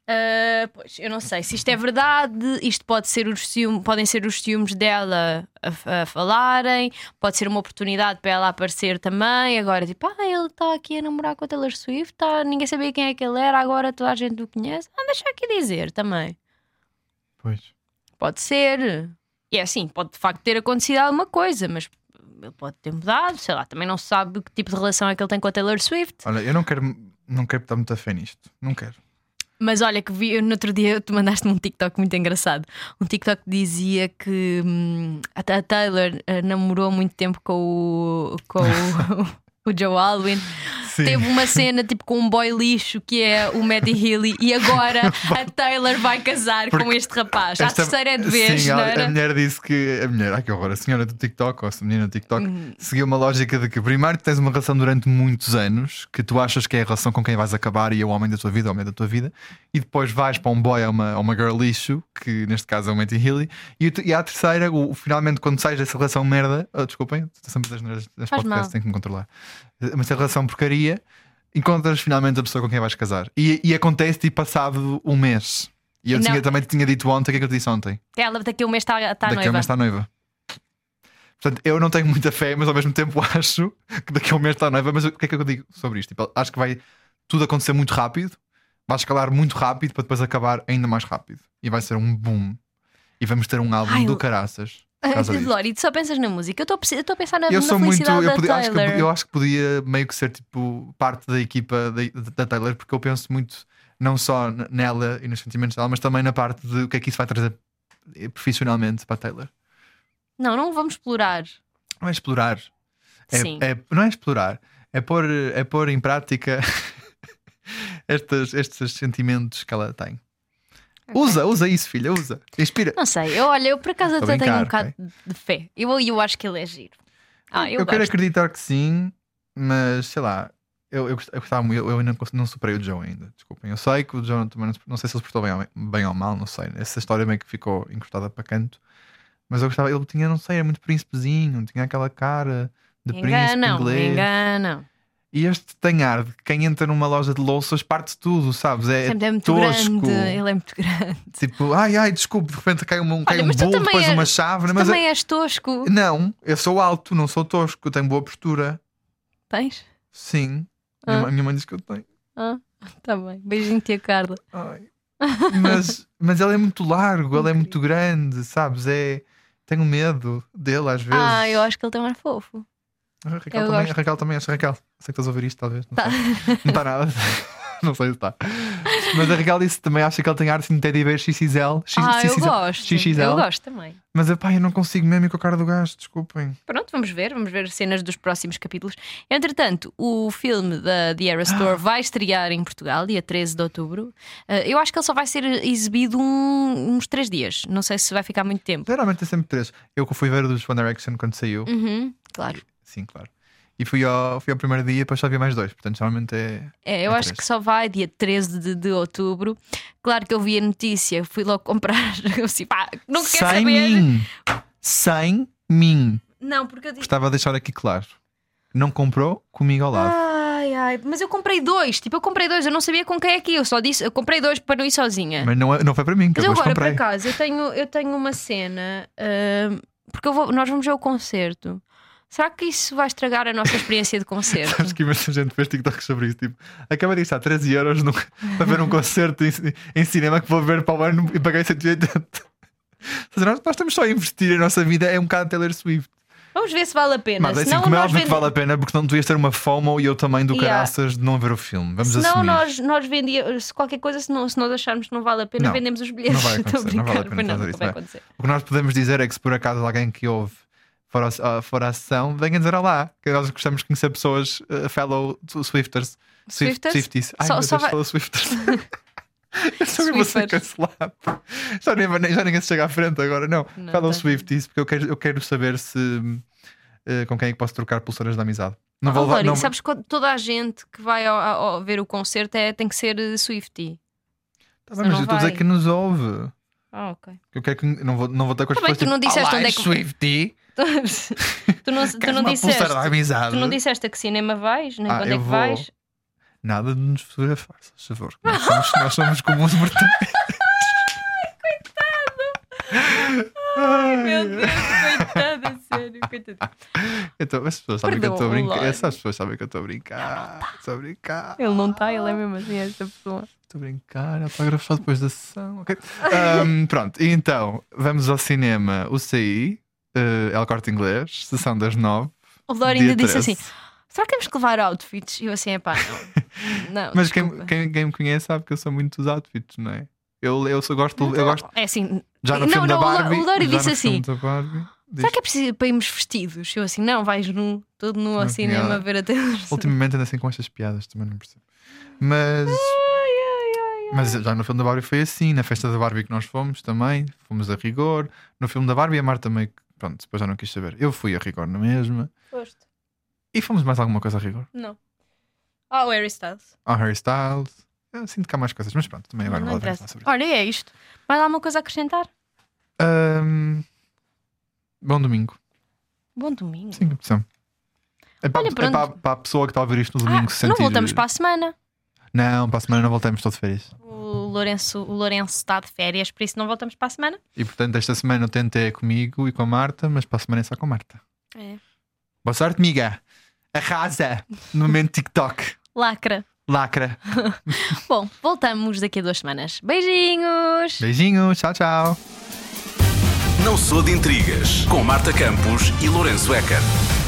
Speaker 5: Uh, pois, eu não sei se isto é verdade, isto pode ser os ciúme- podem ser os ciúmes dela a, a falarem, pode ser uma oportunidade para ela aparecer também. Agora, tipo, ah, ele está aqui a namorar com a Taylor Swift, tá, ninguém sabia quem é que ele era, agora toda a gente o conhece. Ah, deixa aqui dizer também.
Speaker 6: Pois.
Speaker 5: Pode ser. E é assim, pode de facto ter acontecido alguma coisa, mas ele pode ter mudado, sei lá, também não se sabe que tipo de relação é que ele tem com a Taylor Swift.
Speaker 6: Olha, eu não quero, não quero botar muita fé nisto. Não quero.
Speaker 5: Mas olha, que vi no outro dia tu mandaste-me um TikTok muito engraçado. Um TikTok que dizia que hum, a Ta- a Taylor eh, namorou muito tempo com o, com o, o Joe Alwyn
Speaker 6: Sim.
Speaker 5: teve uma cena tipo com um boy lixo que é o Matty Healy e agora a Taylor vai casar com
Speaker 6: Porque
Speaker 5: este rapaz.
Speaker 6: Esta-
Speaker 5: À terceira é de vez,
Speaker 6: Sim,
Speaker 5: não
Speaker 6: ela-
Speaker 5: era?
Speaker 6: a mulher disse que. A mulher, ai que horror, a senhora do TikTok ou a menina do TikTok
Speaker 5: Uhum.
Speaker 6: seguiu uma lógica de que, primeiro, tu tens uma relação durante muitos anos que tu achas que é a relação com quem vais acabar e é o homem da tua vida, o homem da tua vida, e depois vais para um boy ou uma, ou uma girl lixo, que neste caso é o Matty Healy, e, o te- e à terceira, o, o- finalmente, quando sais dessa relação merda, oh, desculpem, estou sempre das neiras das
Speaker 5: Faz
Speaker 6: podcasts,
Speaker 5: mal.
Speaker 6: tenho que me controlar, Eh, mas essa relação porcaria. Encontras finalmente a pessoa com quem vais casar. E, e acontece tipo passado um mês. E eu
Speaker 5: Não.
Speaker 6: tinha, também te tinha dito ontem o que é que eu te disse ontem.
Speaker 5: Ela daqui a um mês está está
Speaker 6: daqui a um
Speaker 5: noiva.
Speaker 6: mês está noiva. Portanto, eu não tenho muita fé, mas ao mesmo tempo acho que daqui a um mês está noiva. Mas o que é que eu digo sobre isto? Tipo, acho que vai tudo acontecer muito rápido, vai escalar muito rápido para depois acabar ainda mais rápido. E vai ser um boom. E vamos ter um álbum
Speaker 5: Ai,
Speaker 6: do
Speaker 5: eu-
Speaker 6: caraças. por
Speaker 7: Ah,
Speaker 6: causa disto.
Speaker 7: Lori, tu só pensas na música. Eu estou a pensar na,
Speaker 6: Eu
Speaker 7: na
Speaker 6: sou muito.
Speaker 7: felicidade
Speaker 6: Eu,
Speaker 7: da
Speaker 6: podia- acho que,
Speaker 7: Taylor.
Speaker 6: eu acho que podia meio que ser tipo parte da equipa da, da Taylor, porque eu penso muito não só n- nela e nos sentimentos dela, mas também na parte de o que é que isso vai trazer eh, profissionalmente para a Taylor.
Speaker 5: Não, não vamos explorar.
Speaker 6: Não é explorar. É,
Speaker 5: Sim.
Speaker 6: é- não é explorar. É pôr, é pôr em prática estes, estes sentimentos que ela tem. Usa, usa isso, filha, usa. Inspira.
Speaker 5: Não sei, eu olha, eu por acaso
Speaker 6: Tô
Speaker 5: até tenho um
Speaker 6: brincar,
Speaker 5: bocado de fé. Eu, eu acho que ele é giro. Ah, eu,
Speaker 6: eu quero é
Speaker 5: gosto.
Speaker 6: acreditar que sim, mas sei lá. Eu, eu, gost- eu gostava muito, eu, eu não, cons- não superei o John ainda, desculpem. Eu sei que o John também não, se- não sei se ele se portou bem ou, bem ou mal, não sei. Essa história meio que ficou encostada para canto. Mas eu gostava, ele tinha, não sei, era muito príncipezinho, tinha aquela cara de príncipe
Speaker 5: Enganam,
Speaker 6: inglês.
Speaker 5: enganam.
Speaker 6: E este tem ar de quem entra numa loja de louças parte tudo, sabes? É,
Speaker 5: Sempre é muito
Speaker 6: tosco.
Speaker 5: grande, ele é muito grande.
Speaker 6: Tipo, ai ai, desculpe, de repente cai, uma, cai um
Speaker 5: mas tu
Speaker 6: bolo,
Speaker 5: também
Speaker 6: depois
Speaker 5: é-
Speaker 6: uma chave.
Speaker 5: Tu
Speaker 6: Mas
Speaker 5: também és tosco.
Speaker 6: eu- não, eu sou alto, não sou tosco, eu tenho boa postura.
Speaker 5: Tens?
Speaker 6: Sim.
Speaker 5: Ah.
Speaker 6: Minha mãe- A minha mãe diz que eu tenho.
Speaker 5: Ah, tá bem. Beijinho, tia Carla.
Speaker 6: Ai. Mas, mas ele é muito largo, ele é muito grande, sabes? É, tenho medo dele às vezes.
Speaker 5: Ah, eu acho que ele também é fogo
Speaker 6: A Raquel,
Speaker 5: eu Tá.
Speaker 6: também,
Speaker 5: gosto.
Speaker 6: a Raquel também acha. Raquel, sei que estás a ouvir isto, talvez. Não sei. Não está nada. Não sei se está. Mas a Raquel disse que também acha que ele tem arte de teddy bear XXL. X-
Speaker 5: Ah, eu
Speaker 6: XXL.
Speaker 5: gosto.
Speaker 6: XXL.
Speaker 5: Eu gosto também.
Speaker 6: Mas epá, eu não consigo mesmo ir com a cara do gajo, desculpem.
Speaker 5: Pronto, vamos ver, vamos ver cenas dos próximos capítulos. Entretanto, o filme da The Era Store vai estrear em Portugal, dia 13 de outubro. Eh, eu acho que ele só vai ser exibido um- uns três dias. Não sei se vai ficar muito tempo.
Speaker 6: Geralmente tem sempre três. Eu que fui ver o dos One Direction quando saiu.
Speaker 5: Uhum, claro.
Speaker 6: Sim, claro. E fui ao, fui ao primeiro dia, depois só havia mais dois. Portanto, geralmente é.
Speaker 5: É, eu
Speaker 6: É
Speaker 5: acho
Speaker 6: 13.
Speaker 5: que só vai dia 13 de, de outubro. Claro que eu vi a notícia, fui logo comprar. Eu disse, pá, não quero
Speaker 6: Sem
Speaker 5: saber.
Speaker 6: mim! Sem mim!
Speaker 7: Não, porque eu disse.
Speaker 6: Gostava de deixar aqui claro. Não comprou comigo ao lado.
Speaker 7: Ai, ai,
Speaker 5: Mas eu comprei dois, tipo, eu comprei dois, eu não sabia com quem é que ia, eu só disse, eu comprei dois para não ir sozinha.
Speaker 6: Mas não, é- não foi para mim, que
Speaker 7: Mas
Speaker 6: eu
Speaker 7: eu
Speaker 6: depois
Speaker 7: agora,
Speaker 6: comprei.
Speaker 7: por acaso, eu tenho, eu tenho uma cena.
Speaker 5: hum,
Speaker 7: ahm, porque eu vou- nós vamos ver o concerto.
Speaker 5: Será que isso vai estragar a nossa experiência de concerto?
Speaker 6: Sabes que imensa gente fez TikToks sobre isso. Tipo, acabei de gastar 13 euros num- para ver um concerto em, em cinema que vou ver para o ano e paguei 180. Ou seja, nós, nós estamos só a investir a nossa vida, é um bocado Taylor Swift.
Speaker 7: Vamos ver se vale a pena.
Speaker 6: Mas é assim,
Speaker 7: Senão
Speaker 6: como é
Speaker 7: nós
Speaker 6: óbvio que
Speaker 7: vende-
Speaker 6: vale a pena, porque não tu ias ter uma FOMO e eu também do
Speaker 7: Yeah.
Speaker 6: caraças de não ver o filme. Vamos
Speaker 7: Senão
Speaker 6: assumir.
Speaker 7: nós, nós vendíamos. Se qualquer coisa, se, não- se nós acharmos que não vale a pena,
Speaker 6: Não,
Speaker 7: vendemos os bilhetes.
Speaker 6: não vai
Speaker 7: Estou a
Speaker 6: acontecer, não é?
Speaker 7: brincar,
Speaker 6: vale a pena
Speaker 7: mas não,
Speaker 6: fazer
Speaker 7: nunca
Speaker 6: isso,
Speaker 7: vai
Speaker 6: vai.
Speaker 7: acontecer.
Speaker 6: O que nós podemos dizer é que se por acaso alguém que ouve for a, for a ação, venha dizer olá, que nós gostamos de conhecer pessoas, eh, fellow Swifters. Swift-
Speaker 5: Swifters?
Speaker 6: Swifties. Ai,
Speaker 5: Só-
Speaker 6: meu
Speaker 5: só
Speaker 6: Deus,
Speaker 5: vai-
Speaker 6: fellow Swifters. Eu só vou ser cancelado. Já, nem, já ninguém se chega à frente agora, não.
Speaker 5: Não,
Speaker 6: fellow
Speaker 5: tá.
Speaker 6: Swifties, porque eu quero, eu quero saber se eh, com quem é que posso trocar pulseiras de amizade. Não
Speaker 5: Oh,
Speaker 6: levar-
Speaker 5: Lori,
Speaker 6: não-
Speaker 5: sabes que toda a gente que vai ao, ao- ao ver o concerto é, tem que ser eh, Swiftie.
Speaker 6: Tá bem, mas
Speaker 5: não
Speaker 6: eu estou a dizer
Speaker 5: vai.
Speaker 6: que nos ouve.
Speaker 5: Ah, ok.
Speaker 6: Eu quero que não vou, não vou ter com as
Speaker 5: Tá bem,
Speaker 6: pessoas.
Speaker 5: tu não
Speaker 6: tipo,
Speaker 5: disseste
Speaker 6: "Olá,
Speaker 5: onde é que-
Speaker 6: Swiftie,
Speaker 5: tu não, tu
Speaker 6: queres
Speaker 5: não
Speaker 6: uma
Speaker 5: disseste.
Speaker 6: pulseira de amizade.
Speaker 5: Tu não disseste a que cinema vais, nem
Speaker 6: Ah,
Speaker 5: quando
Speaker 6: eu
Speaker 5: é que
Speaker 6: vou.
Speaker 5: vais.
Speaker 6: Nada de nos fotografar, se faz favor. Nós somos, nós somos como os mortais. Coitado!
Speaker 7: Meu Deus, coitada, sério, coitada.
Speaker 6: Então, as pessoas sabem que eu
Speaker 5: Perdoa,
Speaker 6: estou a brincar.
Speaker 5: Lore.
Speaker 6: Essas pessoas sabem que eu estou a
Speaker 5: tá.
Speaker 6: brincar. Estou a brincar.
Speaker 5: Ele não está, ele é mesmo assim, esta pessoa.
Speaker 6: Estou a brincar. Autografado depois da sessão. ok? Ahm, pronto, e então vamos ao cinema UCI, uh, El Corte Inglês, sessão das nove.
Speaker 5: O Lori
Speaker 6: dia
Speaker 5: ainda disse
Speaker 6: 13.
Speaker 5: assim: será que temos que levar outfits? E eu assim, epá, não. não
Speaker 6: Mas quem,
Speaker 5: desculpa."
Speaker 6: quem, quem me conhece sabe que eu sou muito dos outfits, não é? Eu, eu, só gosto, eu gosto
Speaker 5: É assim,
Speaker 6: já no
Speaker 5: Não,
Speaker 6: filme da
Speaker 5: não, o Lo-
Speaker 6: Barbie.
Speaker 5: o Lori
Speaker 6: já
Speaker 5: disse
Speaker 6: no filme
Speaker 5: assim,
Speaker 6: da Barbie. diz-
Speaker 2: Será que é preciso para irmos vestidos? Eu assim, não, vais nu, todo nu ao
Speaker 6: Não,
Speaker 2: cinema
Speaker 6: ela-
Speaker 2: ver a Taylor Swift.
Speaker 6: Ultimamente anda assim com estas piadas, também não percebo. Mas. Mas já no filme da Barbie foi assim, na festa da Barbie que nós fomos também, fomos a rigor. No filme da Barbie, a Marta meio que. Pronto, depois já não quis saber. Eu fui a rigor na mesma.
Speaker 5: Gosto.
Speaker 6: E fomos mais alguma coisa a rigor?
Speaker 5: Não. Ah, o Harry Styles.
Speaker 6: Ao Harry Styles. Eu sinto que há mais coisas, mas pronto, também É, agora
Speaker 5: Não,
Speaker 6: não,
Speaker 5: não
Speaker 6: vale a pena
Speaker 5: interessa.
Speaker 6: falar sobre isso.
Speaker 5: Olha, e é isto. Mais alguma coisa a acrescentar?
Speaker 6: Ahm, bom domingo.
Speaker 5: Bom domingo.
Speaker 6: Sim, opção. É para,
Speaker 2: Olha,
Speaker 6: é
Speaker 2: pronto.
Speaker 6: para, para a pessoa que está a ouvir isto no
Speaker 5: Ah,
Speaker 6: domingo se sentir.
Speaker 5: não voltamos para a semana.
Speaker 6: Não, para a semana não voltamos, estou de férias.
Speaker 5: O Lourenço, o Lourenço está de férias, por isso não voltamos para a semana.
Speaker 6: E portanto, esta semana o TNT é comigo e com a Marta, mas para a semana é só com a Marta.
Speaker 5: É.
Speaker 6: Boa sorte, amiga! Arrasa no momento TikTok.
Speaker 5: Lacra.
Speaker 6: Lacra.
Speaker 5: Bom, voltamos daqui a duas semanas. Beijinhos!
Speaker 6: Beijinho, tchau, tchau.
Speaker 4: Não sou de intrigas com Marta Campos e Lourenço Eker.